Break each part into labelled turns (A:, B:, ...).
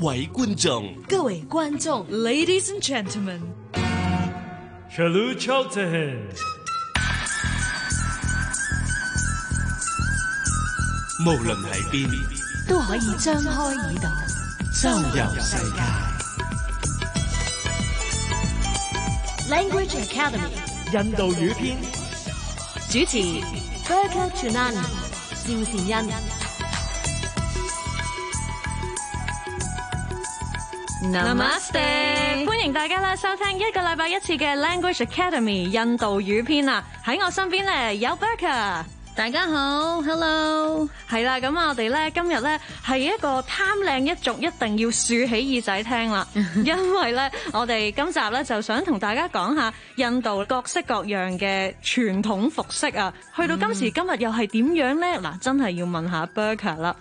A: 位觀眾。
B: 各位觀眾，Ladies and Gentlemen，
C: Chalu Chaltehen.
A: 無論喺邊，
B: 都可以張開耳朵，
A: 周遊世界。
D: Language Academy
C: 印度語篇
D: 主持 Berger Trunani 趙善恩。Namaste，
E: 歡迎大家啦，收聽一個禮拜一次嘅 Language Academy 印度語篇啊！喺我身邊咧有 Berker。
D: 大家好，Hello，
E: 係啦，咁啊，我哋咧今日咧係一個貪靚一族，一定要豎起耳仔聽 啦，因為咧我哋今集咧就想同大家講下印度各式各樣嘅傳統服飾啊，去到今時今日又係點樣咧？嗱，真係要問下 Berker 啦。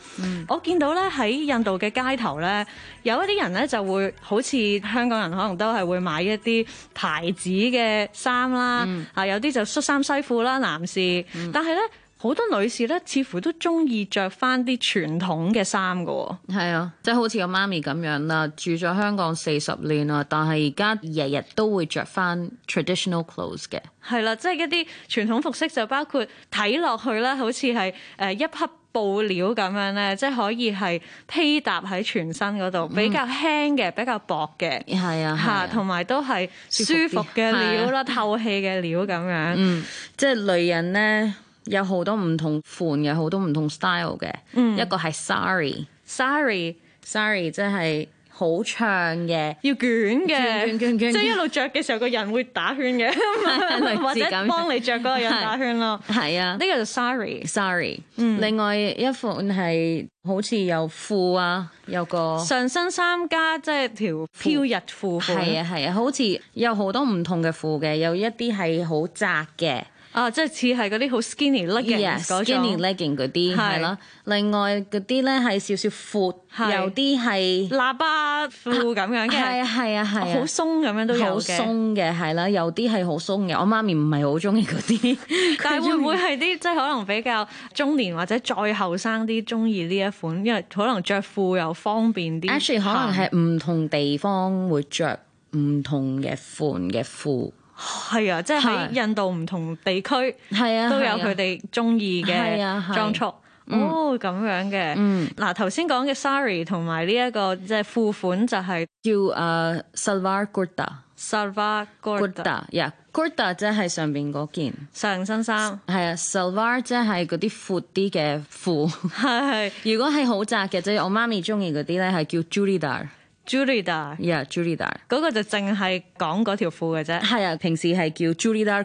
E: 我見到咧喺印度嘅街頭咧，有一啲人咧就會好似香港人可能都係會買一啲牌子嘅衫啦，啊有啲就恤衫西褲啦，男士，但係咧。好多女士咧，似乎都中意着翻啲傳統嘅衫㗎喎。
D: 係啊，即係好似我媽咪咁樣啦，住咗香港四十年啦，但係而家日日都會着翻 traditional clothes 嘅。
E: 係啦，即係一啲傳統服飾就包括睇落去咧，好似係誒一匹布料咁樣咧，即係可以係披搭喺全身嗰度，比較輕嘅，比較薄嘅。
D: 係啊，嗯係
E: 嚇，
D: 啊
E: 同埋都係舒
D: 服啲
E: 服嘅料啦，透氣嘅料咁樣。
D: 嗯，即係女人咧有好多唔同款嘅，好多唔同 style 嘅。一個係 sari，sari
E: Sorry，
D: 嗯即係好長嘅。
E: 要捲嘅，
D: 捲捲捲捲
E: 即係一路着嘅時候個人會打圈嘅，
D: 類似
E: 或者
D: 咁樣
E: 幫你着嗰個人打圈咯。
D: 係啊嗯
E: 呢，個就 sorry。
D: sorry，、另外一款係好似有褲啊，有個
E: 上身衫加即係條飄逸褲款，
D: 係啊係啊，好似有好多唔同嘅褲嘅，有一啲係好窄嘅
E: 啊，即係似係嗰啲好 skinny leggings 嗰種
D: skinny legging 嗰啲
E: 係
D: 係啦，另外嗰啲咧係少少闊，
E: 係
D: 有啲係
E: 喇叭褲咁樣
D: 係
E: 嘅，哦
D: 啊係啊係
E: 好
D: 啊。
E: 鬆咁樣都
D: 好
E: 有嘅。
D: 鬆嘅係啦，有啲係好鬆嘅。我媽咪唔係好中意嗰啲，
E: 但係會唔會係啲即係可能比較中年或者再後生啲中意呢一款，因為可能着褲又方便啲。
D: actually 可能係唔同地方會着唔同嘅款嘅褲，
E: 係啊，即係喺
D: 係
E: 印度唔同地區
D: 係啊
E: 都有
D: 係啊
E: 佢哋中意
D: 係
E: 嘅
D: 啊係
E: 裝束。哦，咁樣嘅。
D: 嗯
E: 嗱，頭先講嘅 sari 同埋呢一個即係褲款就係
D: 叫誒 salwar kurta，kurta
E: salwar kurta
D: yeah，kurta 即係上邊嗰件，
E: 上身衫，
D: 係啊，salwar 即係嗰啲闊啲嘅褲。
E: 係
D: 如果係好窄嘅，即係我媽咪中意嗰啲咧，係叫 julidar，yeah
E: Julida
D: julidar，
E: 嗰個就淨係講嗰條褲嘅啫。
D: 係啊，平時係叫 julidar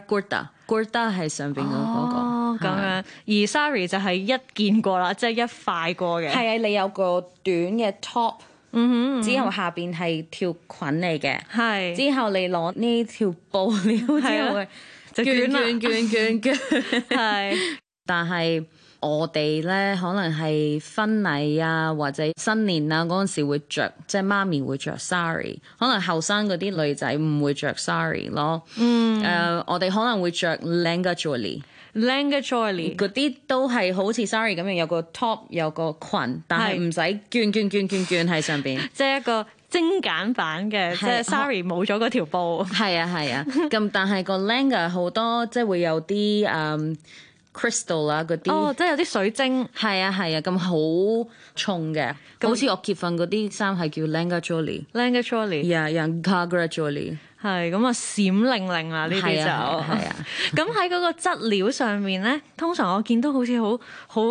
D: kurta，kurta 係上邊嗰嗰個。啊
E: 哦，咁樣，而 sari 就係一件過啦，即係一塊過嘅。
D: 係啊，你有個短嘅 top，嗯哼，之後下邊係條裙嚟嘅，
E: 係
D: 之後你攞呢條布料之後
E: 係啊就捲啦
D: 捲捲捲 捲
E: 係
D: 但係我哋咧可能係婚禮啊或者新年啊嗰陣時會着，即係媽咪會着 sari，可能後生嗰啲女仔唔會着 sari 咯，嗯，誒、我哋可能會着 lenga choli。
E: language joily
D: 嗰啲都係好似 sorry 咁樣有個 top 有個裙，但係
E: 係
D: 唔使捲捲捲捲捲喺上邊。
E: 即係一個精簡版嘅，即係
D: 係
E: sari 冇咗嗰條布。
D: 係啊係啊， 咁但係個 langa 好多即係會有啲誒 crystal 啦嗰
E: 哦，
D: 啲。
E: 即係有啲水晶。
D: 係啊係啊，咁好重嘅，好似我結婚嗰啲衫係叫 langa jolly。
E: language joily
D: 呀呀 g a g r a jolly
E: 係咁啊，閃靈靈啦呢啲
D: 係啊
E: 就
D: 係啊
E: 咁喺嗰個質料上面咧，通常我見到好似好好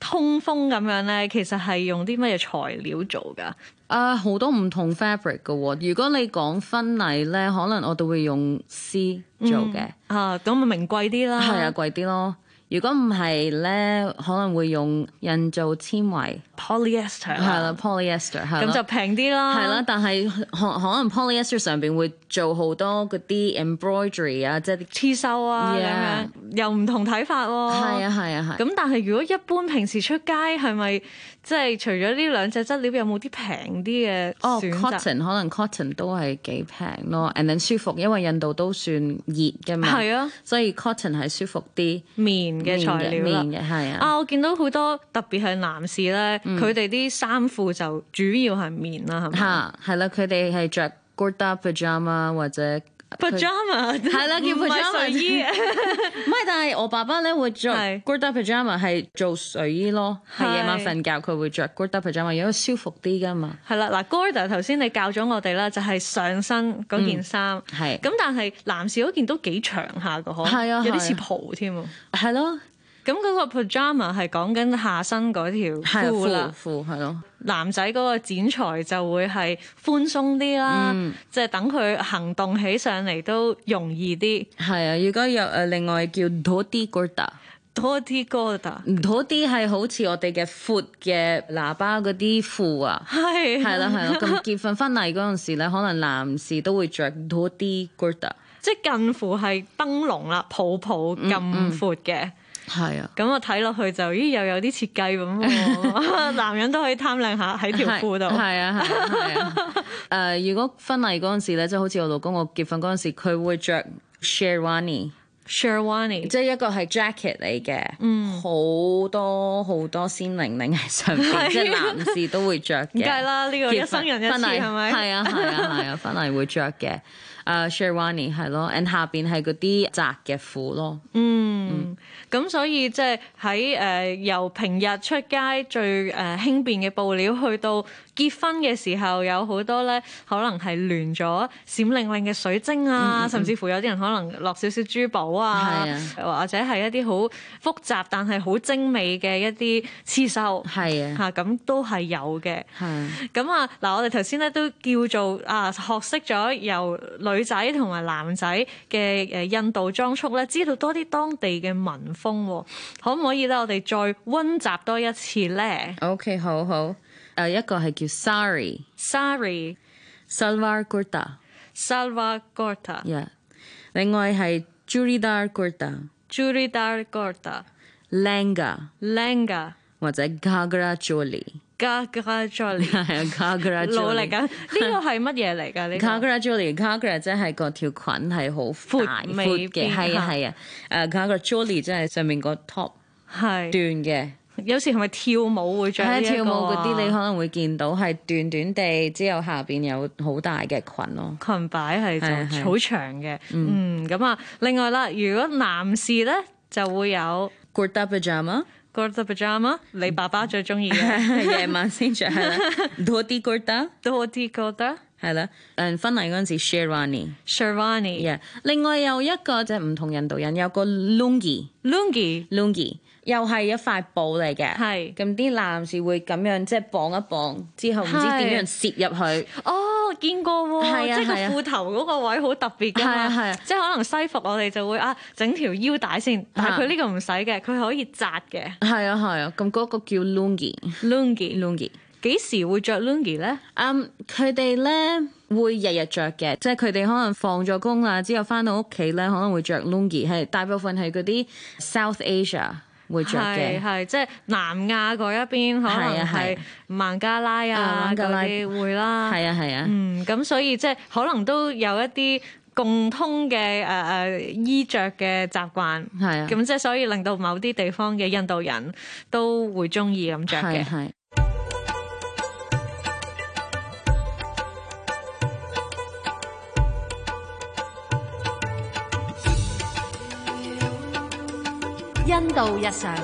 E: 通風咁樣咧，其實係用啲乜嘢材料做㗎？
D: 啊好多唔同 fabric 嘅喎。如果你講婚禮咧，可能我哋會用絲做嘅。
E: 啊，咁咪名貴啲啦。
D: 係啊，，貴啲咯。如果唔係咧，可能會用人造纖維，
E: polyester 啊
D: 係啦，polyester 係啦
E: 咁就啊平啲啦。
D: 係啦，，但係可可能 polyester 上邊會做好多嗰啲 embroidery 啊，即係啲
E: 刺繡啊咁
D: Yeah
E: 樣，又唔同睇法喎。
D: 係啊，係啊，係。
E: 咁但係如果一般平時出街係咪即係除咗呢兩隻質料，有冇啲平啲嘅
D: 哦
E: 選擇？
D: ，cotton 可能 cotton 都係幾平咯，and then 舒服，因為印度都算熱㗎嘛，
E: 係啊，
D: 所以 cotton 係舒服啲。
E: 棉嘅材料啦。
D: 面嘅係啊，嗯
E: 啊！我見到好多特別係男士咧，佢哋啲衫褲就主要係棉啦，係咪
D: 嚇係啦，佢哋係着 gorda pajama 或者。
E: ？pajama
D: 係啦叫
E: 唔係
D: pyjama
E: 睡衣，
D: 唔係，但係我爸爸咧會着
E: 係
D: gorda pajama 係做睡衣咯，係夜晚
E: 係
D: 瞓覺佢會着 gorda pajama，因為舒服啲噶嘛。
E: 係啦。嗱，Gorda 頭先你教咗我哋啦，就係上身嗰件衫。
D: 嗯係
E: 咁但係男士嗰件都幾長下個，嗬，
D: 係啊
E: 有
D: 係啊
E: 啲似袍添喎。
D: 係咯，
E: 咁嗰個 pajama 係講緊下身嗰條
D: 係啊
E: 褲啦，
D: 褲褲係咯，
E: 男仔嗰個剪裁就會係寬鬆啲啦，
D: 嗯
E: 即係等佢行動起上嚟都容易啲。
D: 係啊。如果有誒另外叫 dodi gorda。
E: 多啲 Gorda
D: 嗰啲係好似我哋嘅闊嘅喇叭嗰啲褲啊，
E: 係
D: 係啦係啦。咁結婚婚禮嗰陣時咧，可能男士都會着嗰啲 gorda。
E: 即係近乎係燈籠啦，泡泡
D: 嗯
E: 咁闊嘅。
D: 係啊，
E: 咁我睇落去就咦又有啲設計咁 喎，男人都可以貪靚下喺條褲度。
D: 係啊係啊係啊。誒、如果婚禮嗰陣時咧，即係好似我老公我結婚嗰陣時，佢會着 sherwani。
E: Sherwani
D: 即係一個係 jacket 嚟嘅，好多好多鮮靈靈喺上邊，即係男士都會着嘅。
E: 梗係啦呢個一生人一次
D: 婚禮
E: 係咪
D: 係啊係啊 係啊，婚禮會着嘅。誒 sherwani 係咯，and 下邊係嗰啲窄嘅褲咯，
E: 嗯
D: 嗯
E: 咁所以即係喺誒由平日出街最誒呃輕便嘅布料，去到結婚嘅時候，有好多咧可能係亂咗閃靈靈嘅水晶啊，甚至乎有啲人可能落少少珠寶啊，
D: 嗯係
E: 或者係一啲好複雜但係好精美嘅一啲刺繡
D: 係啊
E: 嚇，咁都係有嘅。
D: 係啊
E: 咁啊，嗱，我哋頭先咧都叫做啊，學識咗由女仔同埋男仔嘅誒印度裝束咧，知道多啲當地嘅民風喎，可唔可以咧？我哋再温習多一次咧
D: OK 好好。誒一個係叫 sari
E: ，sari、
D: salwar kurta，
E: salwar kurta、
D: yeah. 另外係 churidar kurta、
E: churidar kurta、
D: langa
E: lenga、
D: 或者 ghagra choli，
E: gagra choli，
D: 係啊 ghagra choli，
E: 努力啊緊。呢個係乜嘢嚟㗎？呢個
D: Cargara Jolie Cargara 即係個條裙係好大
E: 闊尾
D: 闊嘅，
E: 邊
D: 係啊
E: 嚇
D: 係啊。誒 Cargara Jolie 即係上面個 top
E: 係
D: 段嘅，
E: 有時係咪跳舞會着呢
D: 喺
E: 一
D: 跳舞
E: 個
D: 嗰
E: 啊
D: 啲你可能會見到係短短地，之後下邊有好大嘅裙咯。
E: 裙擺係
D: 係係
E: 就好長嘅，嗯咁啊。另外啦，如果男士咧就會有
D: Gorda pajama
E: g o r d a pajama，你爸爸最中 意嘅
D: 夜晚先着係啦 d o d i Gorda
E: 多啲 g o r d a
D: 係啦，誒婚禮嗰陣時 Sherwani。Dạ.
E: Sherwani、
D: Yeah. 另外有一個就係唔同印度人有個 lungi。
E: Lungi
D: lungi 又係一塊布嚟嘅，
E: 係
D: 咁啲男士會咁樣即係綁一綁之後，唔知
E: 係
D: 點樣攝入去，
E: 哦，見過喎，
D: 係啊
E: 即係個
D: 係啊
E: 褲頭嗰個位好特別㗎
D: 係啊係
E: 嘛
D: 啊，
E: 即係可能西服我哋就會啊整條腰帶先，但
D: 啊
E: 係佢呢個唔使嘅，佢可以紮嘅。
D: 係啊係啊，咁嗰個叫 lungi，lungi
E: Lungi 幾時會着 Lungi 咧？
D: 嗯，佢哋咧會日日着嘅，即係佢哋可能放咗工啦，之後翻到屋企咧可能會着 lungi，係大部分係嗰啲 South Asia 會着
E: 係
D: 嘅。
E: 係，即係南亞嗰一邊，可
D: 係
E: 能
D: 啊係
E: 係孟加拉
D: 啊
E: 啊
D: 孟加
E: 嗰
D: 拉
E: 啲會啦。
D: 係啊係啊，
E: 嗯，咁所以即係可能都有一啲共通嘅誒誒衣着嘅習慣，
D: 係啊，
E: 咁即係所以令到某啲地方嘅印度人都會中意咁着
D: 係
E: 嘅。
D: 係
B: 印度日常，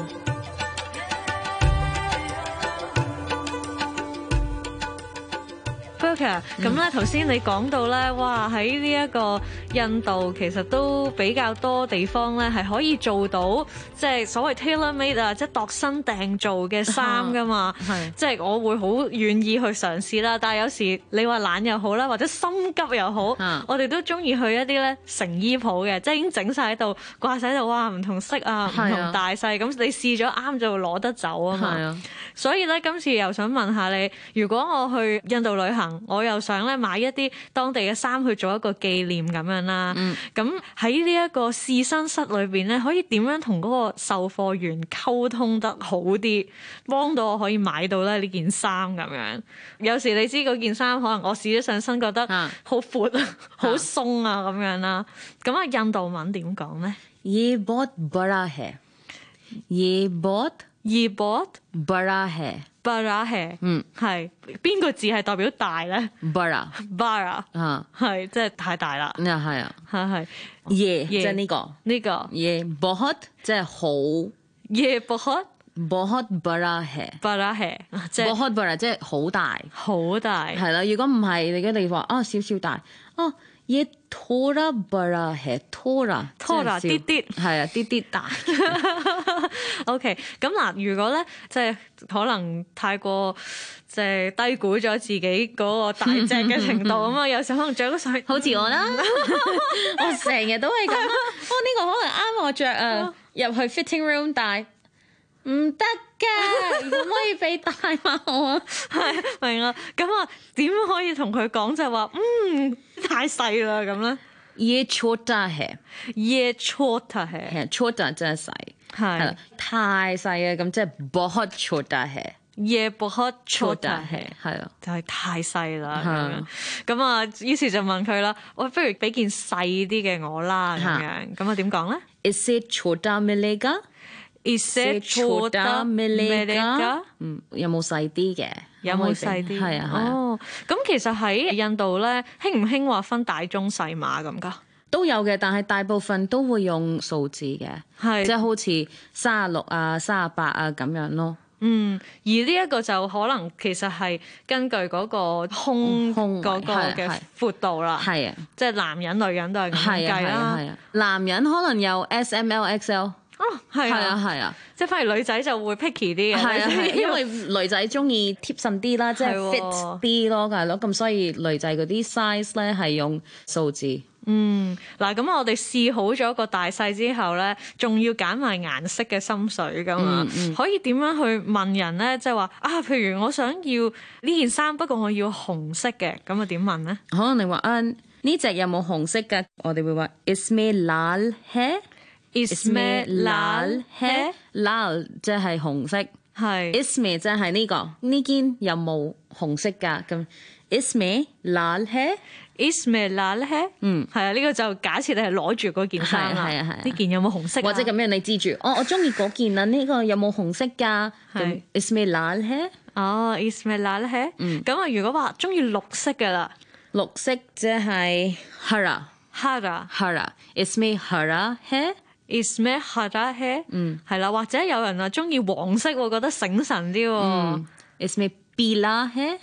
E: Burger，咁
D: 嗯
E: 咧頭先你講到咧，哇喺呢一個印度其實都比較多地方咧係可以做到即係所謂 tailor made 啊，即係度身訂做嘅衫噶嘛。
D: 啊係
E: 即係我會好願意去嘗試啦，但係有時你話懶又好啦，或者心急又好，
D: 啊
E: 我哋都中意去一啲咧成衣鋪嘅，即係已經整晒喺度，掛晒喺度，哇唔同色啊，唔
D: 係啊
E: 同大細，咁你試咗啱就攞得走啊
D: 係
E: 嘛。
D: 啊，
E: 所以咧，今次又想問下你，如果我去印度旅行，我又想咧買一啲當地嘅衫去做一個紀念咁樣啦。
D: 嗯
E: 咁喺呢一個試身室裏邊咧，可以點樣同嗰個售貨員溝通得好啲，幫到我可以買到咧呢件衫咁樣？有時你知嗰件衫可能我試咗上身，覺得
D: 啊
E: 好闊 啊、好鬆啊咁樣啦。咁啊，印度文點講咧？
D: ye b o t b a r a h Ye bot
E: Yebot
D: bara hai
E: bara h
D: 嗯，
E: 係邊個字係代表大咧
D: bara
E: ？bara
D: 啊，
E: 係即係太大啦，
D: 又係啊
E: 係係
D: ，ye 即
E: Ye
D: 係呢個
E: 呢個
D: ye bot 即係好
E: Yebot
D: bot bara hai
E: bara h 即啊係
D: bot bara 即係好大，
E: 好大，
D: 係啦。如果唔係，你嘅地方啊少少大啊，ye tora bara hai tora 即係
E: Tora，
D: 少
E: 啲啲
D: 係啊啲啲 大
E: O K，咁嗱，如果咧，即係可能太過即係低估咗自己嗰個大隻嘅程度啊
D: 嗯
E: 嘛，有時可能着得上，
D: 好似我 啦，我成日都係咁啦。哦，呢、個可能啱我着啊，入去 fitting room 戴唔得 㗎，可唔可以俾大碼我啊？
E: 係 明啊，咁啊，點可以同佢講就話嗯太細啦咁咧
D: Ye chota hair，
E: ？Ye chota 係
D: 係 chota 真係細，係啦
E: 係，
D: 太細啊，咁即係 bohot chota hair。
E: ye bohot chota
D: chota
E: hair
D: hair。係啊，
E: 就係太細啦，
D: 係
E: 咁樣咁啊，於是就問佢啦，我不如俾件細啲嘅我啦，咁樣，咁啊點講咧？
D: is it chota milega？
E: Is it chota milega？
D: 嗯，有冇細啲嘅？
E: 有冇細啲？
D: 係啊係啊，
E: 哦，咁其實喺印度咧，興唔興話分大中細碼咁噶？
D: 都有嘅，但係大部分都會用數字嘅。
E: 係，
D: 即係好似三十六啊、三十八啊咁樣咯。
E: 嗯，而呢一個就可能其實係根據嗰個胸
D: 嗯胸圍
E: 嗰個
D: 係
E: 嘅
D: 係
E: 闊度啦，
D: 係啊，
E: 即係男人女人都係咁
D: 係啊，
E: 計
D: 係啊，
E: 啦。
D: 係啊。男人可能有 S、M、L、XL，
E: 哦，係
D: 係
E: 啊
D: 啊，，係啊，
E: 即係反而女仔就會 picky 啲嘅，
D: 係啊，
E: 女仔
D: 係啊因為女仔中意貼身啲啦，即係
E: 係喎
D: fit 啲咯，係咯。咁所以女仔嗰啲 size 咧係用數字。
E: 嗯嗱，咁我哋試好咗個大細之後咧，仲要揀埋顏色嘅心水噶嘛，
D: 嗯
E: 可以點樣去問人咧？即係話啊，譬如我想要呢件衫，不過我要紅色嘅，咁啊點問咧
D: 可能你話啊呢隻有冇紅色㗎？我哋會話 Is me lal hair？Is me lal hair？lal 即係紅色。
E: 係
D: Isme 即係呢個呢件有冇紅色㗎？咁 Isme lal hair
E: is me lal hair？嗯，係啊，呢個就假設你係攞住嗰件衫
D: 係
E: 啦，
D: 啊係啊係啊
E: 呢件有冇紅色啊？
D: 或者咁樣你知住，哦我中意嗰件啊，呢個有冇紅色㗎？
E: 係
D: 咁 Isme lal hair
E: 哦，is me lal hair？咁
D: 嗯
E: 啊，如果話中意綠色嘅啦
D: 綠色即係 hara
E: ，hara。
D: hara Isme hara hair
E: is 咩 hara hair？嗯，係啦，或者有人啊中意黃色喎，覺得醒神啲喎。
D: Isme bila hair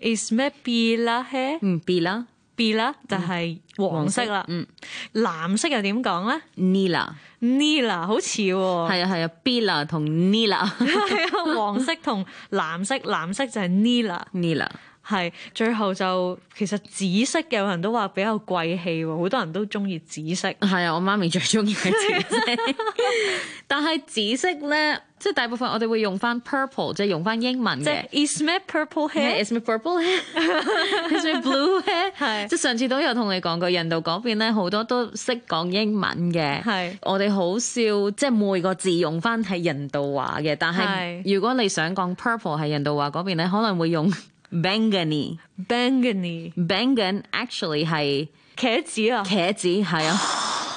E: is 咩 bila hair？bila
D: 嗯 bila
E: 就係黃色啦。嗯，藍色又點講咧
D: nila
E: ？nila 好似喎，
D: 係啊係啊 bila 同 nila
E: 係啊，黃色同藍色，藍色就係 nila。
D: nila
E: 係，最後就其實紫色有人都話比較貴氣喎，好多人都中意紫色。
D: 係啊，我媽咪最中意係紫色， 但係紫色咧，即係大部分我哋會用翻 purple，即係用翻英文
E: 即
D: 嘅。
E: 係 is 咩 purple hair？
D: Is my purple hair? Is my blue hair?
E: 係
D: 即係上次都有同你講過，印度嗰邊咧好多都識講英文嘅。
E: 係
D: 我哋好少即係每個字用翻係印度話嘅，但
E: 係
D: 係如果你想講 purple 係印度話嗰邊咧，可能會用 bangani。
E: Bangany
D: bangan actually 係
E: 茄子啊，
D: 茄子，係 啊。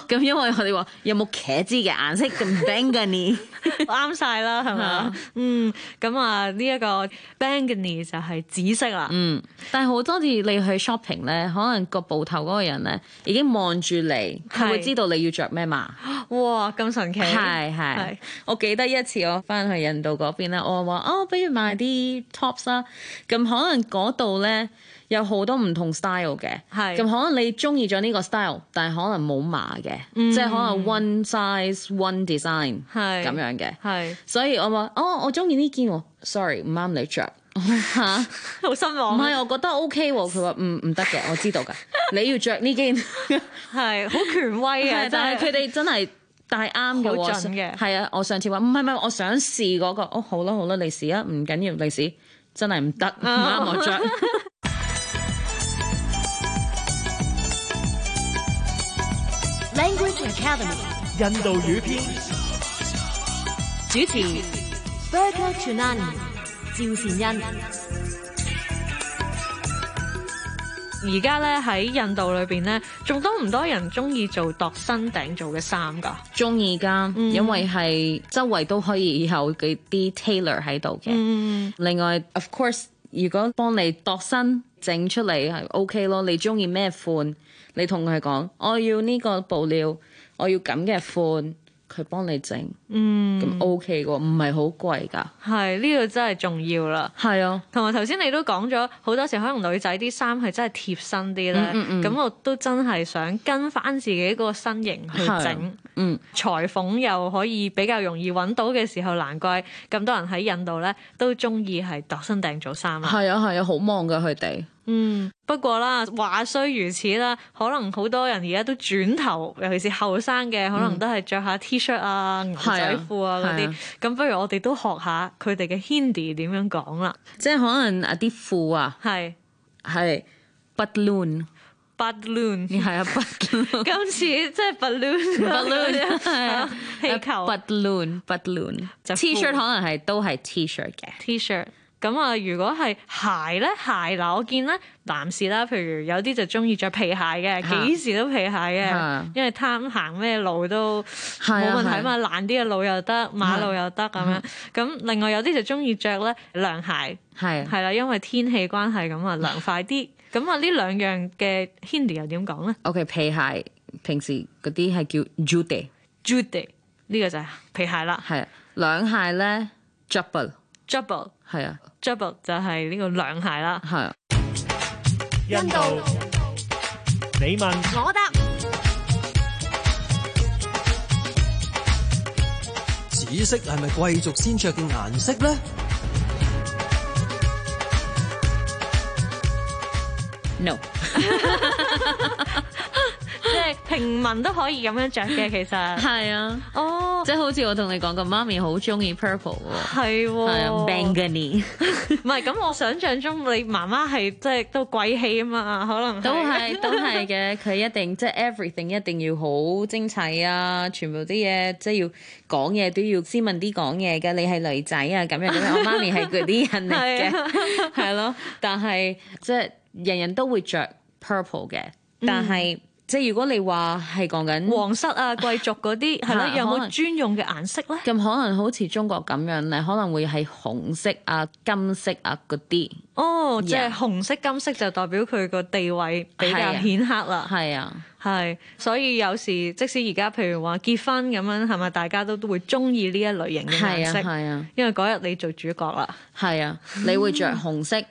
D: 咁因為我哋話有冇茄子嘅顏色咁 bangani
E: 啱晒啦，係咪？嗯，咁啊呢一個 bangany 就係紫色啦。
D: 嗯， 但係好多次你去 shopping 咧，可能個鋪頭嗰個人咧已經望住你，
E: 係
D: 佢會知道你要着咩嘛。
E: 哇，咁神奇！
D: 係
E: 係
D: 係，我記得一次我翻去印度嗰邊咧，我話哦，不如買啲 tops 啦。咁可能嗰度咧有好多唔同 style 嘅，
E: 係
D: 咁可能你中意咗呢個 style，但係可能冇碼嘅，即係可能 one size one design
E: 係
D: 咁樣嘅。
E: 係
D: 所以我話哦，我中意呢件喎，sorry 唔啱你着。 嚇
E: 好失
D: 唔
E: 望，
D: 係，我覺得 OK 喎。佢話唔唔得嘅，我知道㗎。你要着呢件，
E: 係好權威
D: 係
E: 啊！真
D: 但係佢
E: 係
D: 哋真係戴啱嘅
E: 好
D: 喎
E: 準嘅
D: 係啊，我上次話唔係唔係，我想試嗰、個。哦，好啦好啦，你試啊，唔緊要，你試真係唔得，唔啱我着。
B: Language Academy
C: 印度語篇。
B: 主持 Berger Trunani 趙善恩。
E: 而家咧喺印度裏邊咧，仲多唔多人中意做度身頂做嘅衫㗎？
D: 中意噶，
E: 嗯
D: 因為係周圍都可以有嗰啲 tailor 喺度嘅。
E: 嗯，
D: 另外，of course，如果幫你度身整出嚟係 OK 咯，你中意咩款，你同佢講，我要呢個布料，我要咁嘅款，佢幫你整，嗯，咁 OK 嘅喎，唔係好貴㗎。
E: 係呢個真係重要啦。
D: 係啊，
E: 同埋頭先你都講咗好多時，可能女仔啲衫係真係貼身啲咧，咁、
D: 嗯嗯嗯
E: 我都真係想跟翻自己嗰個身形去整，
D: 嗯，
E: 裁縫又可以比較容易揾到嘅時候，難怪咁多人喺印度咧都中意係度身訂做衫啦。
D: 係啊，係啊，好忙㗎佢哋。
E: 嗯，不過啦，話雖如此啦，可能好多人而家都轉頭，尤其是後生嘅，可能都係着下 T 恤啊、牛仔褲啊
D: 嗯
E: 嗰
D: 係
E: 啲
D: 啊。
E: 咁不如我哋都學下佢哋嘅 Hindi 點樣講啦，
D: 即係可能啊啲褲啊
E: 係
D: 係 balloon，
E: Badloon。
D: 係啊 balloon，
E: 今次即係 balloon
D: balloon 係 啊
E: 氣球
D: balloon balloon
E: 就
D: T
E: 褲
D: shirt 可能係都係 T shirt 嘅，
E: T-shirt。咁啊，如果係鞋咧，鞋嗱，我見咧男士啦，譬如有啲就中意着皮鞋嘅，
D: 嚇
E: 幾時都皮鞋嘅
D: 嚇，
E: 因為貪行咩路都
D: 係
E: 冇
D: 啊
E: 問題嘛，爛啲嘅路又得，馬路又得咁樣。咁另外有啲就中意着咧涼鞋，
D: 係啊
E: 係啦，因為天氣關係咁啊涼快啲。咁啊呢兩樣嘅 Hindi 又點講咧
D: OK 皮鞋，平時嗰啲係叫 jude，
E: ？Judy 呢個就係皮鞋啦
D: 係啊涼鞋咧 jubble，
E: ，Jubble
D: 係啊
E: Jubble 就係呢個涼鞋啦。
D: 係啊，
C: 印度，你問
B: 我答
F: 紫色係咪貴族先着嘅顏色咧？
D: no
E: 即係平民都可以咁樣着嘅， 其實。
D: 係啊，
E: 哦，
D: 即係好似我同你講過，媽咪好中意 purple 喎，
E: 係喎。
D: 係啊 bangany
E: 唔係咁，我想象中你媽媽係即係都貴氣啊嘛，可能
D: 都係都係嘅，佢一定即係 everything 一定要好精齊啊，全部啲嘢即係要講嘢都要斯文啲講嘢嘅。你係女仔啊咁樣咁 樣，我媽咪係嗰啲人嚟嘅， 係啊咯。但係即係人人都會着 purple 嘅，但係、即係如果你話係講緊
E: 皇室啊、貴族嗰啲係咯，
D: 嚇
E: 有
D: 可
E: 冇
D: 能
E: 專用嘅顏色咧？
D: 咁可能好似中國咁樣咧，可能會係紅色啊、金色啊嗰啲，
E: 哦，即係
D: Yeah
E: 紅色、金色就代表佢個地位比較
D: 係啊
E: 顯赫啦。
D: 係啊，
E: 係，所以有時即使而家譬如話結婚咁樣，係咪大家都都會中意呢一類型嘅
D: 係
E: 顏
D: 啊，
E: 色？
D: 係啊。
E: 因為嗰日你做主角啦。
D: 係 啊，你會着紅色。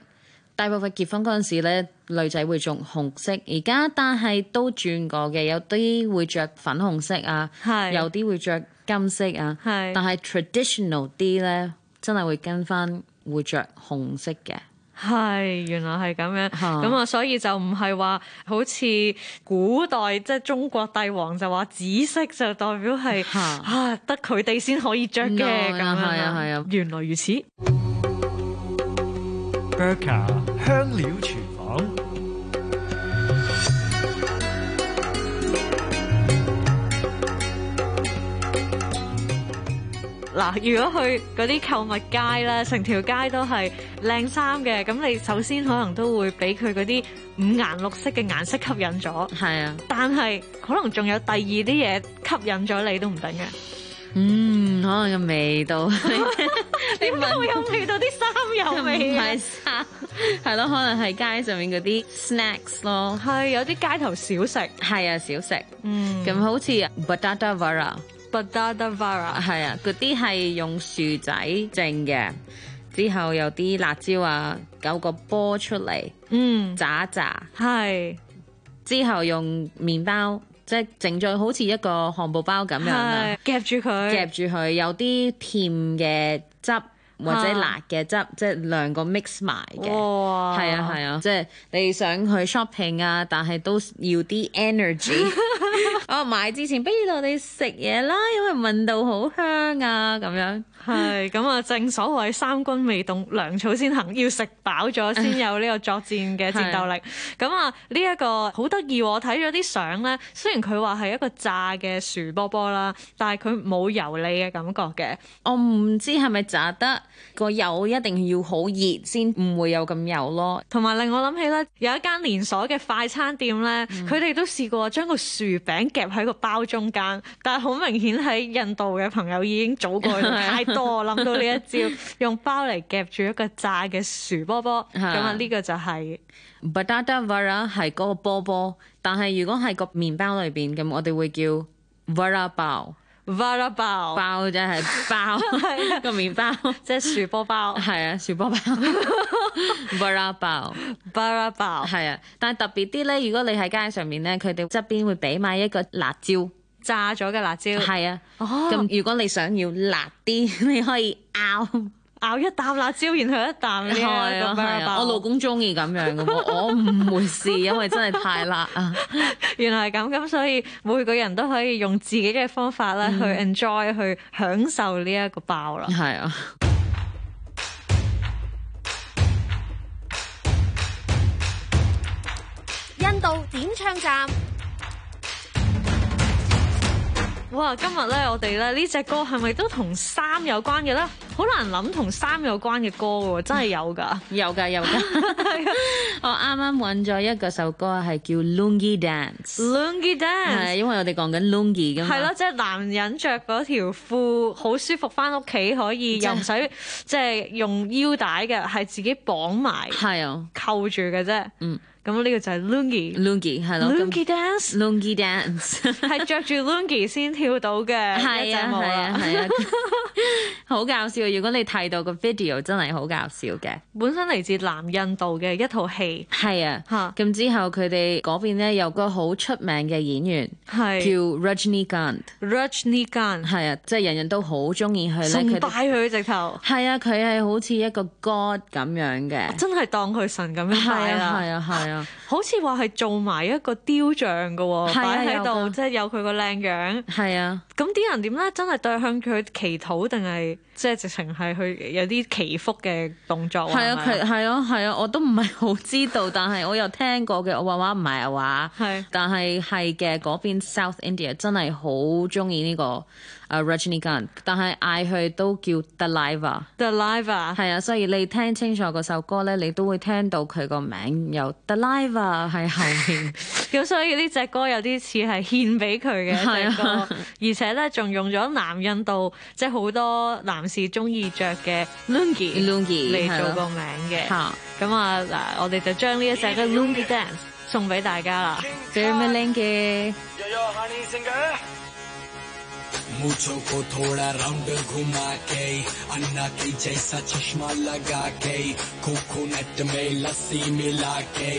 D: 大部分結婚嗰陣時咧，女仔會着紅色。而家但係都轉過嘅，有啲會着粉紅色啊，
E: 係
D: 有啲會着金色啊。
E: 係
D: 但係 traditional 啲咧，真係會跟翻會着紅色嘅。
E: 係，原來係咁樣，
D: 嚇
E: 咁啊，所以就唔係話好似古代即係中國帝王就話紫色就代表係
D: 嚇
E: 啊，得佢哋先可以着嘅
D: No，
E: 咁樣啦
D: 係啊係啊
E: 原來如此，
C: Burka 香料廚房，
E: 嗱，如果去嗰啲購物街咧，成條街都係靚衫嘅，咁你首先可能都會俾佢嗰啲五顏六色嘅顏色吸引咗，
D: 係啊，
E: 但係可能仲有第二啲嘢吸引咗你都唔定嘅。
D: 嗯，可能個味 道，你
E: 點解會有味道？啲衫有味
D: 唔
E: 啊
D: 係衫，係咯，可能係街上面嗰啲 snacks 咯。
E: 係有啲街頭小食，
D: 係啊，小食。
E: 嗯
D: 咁好似 batata vara。
E: ，badada vara
D: 係啊，嗰啲係用薯仔整嘅，之後有啲辣椒啊，搞個波出嚟
E: 嗯，
D: 炸一炸，
E: 係
D: 之後用麵包即係整咗好似一個漢堡包咁樣啦
E: 係，夾住
D: 夾
E: 佢，
D: 住佢有啲甜嘅汁或者辣嘅汁，即係兩個 mix 埋嘅。
E: 哇，
D: 係啊係啊，即係你想去 shopping 啊，但係都要啲 energy。我買之前，不如我哋食嘢啦，因為聞到好香啊，咁樣。
E: 係咁啊！正所謂三軍未動，糧草先行，要食飽咗先有呢個作戰嘅戰鬥力。咁啊，呢一個好得意喎！我睇咗啲相咧，雖然佢話係一個炸嘅薯波波啦，但係佢冇油膩嘅感覺嘅。
D: 我唔知係咪炸得，個油一定要好熱先唔會有咁油咯。
E: 同埋令我諗起咧，有一間連鎖嘅快餐店咧，
D: 嗯
E: 佢哋、都試過將個薯餅夾喺個包中間，但係好明顯喺印度嘅朋友已經早過 佢哋太多，諗到呢一招，用包嚟夾住一個炸嘅薯波波，咁啊
D: 係
E: 呢個就係、
D: Batata vara 係嗰個波波，但係如果係個麵包裏邊咁，我哋會叫 vara 包
E: Vada 包，
D: 包即係包個麵包，
E: 即係薯 波包
D: 係啊薯波包 vara 包。
E: Vada 包，
D: 係啊，但係特別啲咧，如果你喺街上面咧，佢哋側邊會俾埋一個辣椒，
E: 炸咗嘅辣椒，
D: 係啊。
E: 哦
D: 咁如果你想要辣啲，你可以拗。
E: 咬一啖辣椒，然後一啖
D: Ờ, Dạ,
E: 呢
D: 係啊
E: 個
D: 係
E: Vada
D: 啊，
E: 包，
D: 我老公中意咁樣嘅喎，我唔會試，因為真係太辣啊。
E: 原來係咁，咁所以每個人都可以用自己嘅方法咧去 enjoy 去享受呢一個 爆啦。
D: 係啊，
G: 印度點唱站，
E: 哇！今日咧，我哋咧呢只歌係咪都同衫有關嘅咧？好難諗同衫有關嘅歌喎，真係有㗎。
D: 有㗎有 㗎。我啱啱揾咗一個首歌係叫 Lungi Dance，係
E: Lungi dance
D: 因為我哋講緊 Lungi 㗎嘛。
E: 係咯，即係男人着嗰條褲好舒服，翻屋企可以又唔使即係用腰帶嘅，係自己綁埋
D: 係啊
E: 扣住嘅啫。
D: 嗯，
E: 咁呢個就係 Lungi。
D: ，Lungi 係咯。
E: Lungi dance
D: Lungi Dance。à,
E: 係着住 Lungi 先跳到嘅一
D: 係
E: 隻
D: 啊
E: 舞
D: 係啊
E: 啦。
D: 係 啊，好搞笑！如果你睇到個 video 真係好搞笑嘅，
E: 本身嚟自南印度嘅一套戲，
D: 係啊。
E: 嚇
D: 咁之後佢哋嗰邊咧有個好出名嘅演員叫
E: 係
D: Rajnikant，
E: Rajnikant。
D: 係啊，即係人人都好中意佢
E: 崇
D: 咧。佢
E: 拜
D: 哋
E: 佢直頭，
D: 係啊，佢係好似一個 god 咁樣嘅，
E: 真係當佢神咁樣
D: 係
E: 啊拜
D: 啊係
E: 啦。
D: 啊係啊，
E: 好似話係做埋一個雕像嘅喎，
D: 係啊
E: 擺喺
D: 有
E: 度，
D: 㗎
E: 即係有佢個靚樣。
D: 係啊。
E: 咁啲人點咧？真係對向佢祈禱定係即係直情係去有啲祈福嘅動作啊？
D: 係啊，
E: 係
D: 佢係啊，係啊，我都唔係好知道，但係我有聽過嘅。我話話唔係啊話，
E: 係
D: 但係係嘅嗰邊 South India 真係好中意呢個誒 Rajnikant，但係嗌佢都叫 Daliva，
E: The Live 啊，
D: 係啊，所以你聽清楚嗰首歌咧，你都會聽到佢個名有 Daliva 喺後 面，
E: 咁所以呢只歌有啲似係獻俾佢嘅一隻歌，
D: 係啊
E: 而且咧仲用咗南印度即係好多男士中意着嘅 lungi
D: Lungi，
E: 嚟
D: 係
E: 做
D: 咯
E: 個名嘅。
D: 嚇
E: 咁啊嗱，我哋就將呢一隻嘅 lungi dance 送俾大家啦。
D: j e r m a l i n 嘅。
F: मुझको को थोड़ा राउंड घुमा के अन्ना की जैसा चश्मा लगा के कोकोनट में लस्सी मिला के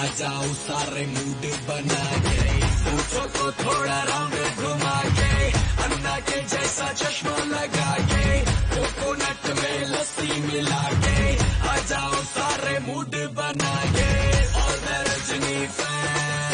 F: आ जाओ सारे मूड बना के मुझको को थोड़ा राउंड घुमा के अन्ना के जैसा चश्मा लगा के कोकोनट में लस्सी मिला के आ जाओ सारे मूड बना के और मैं रजनी फैन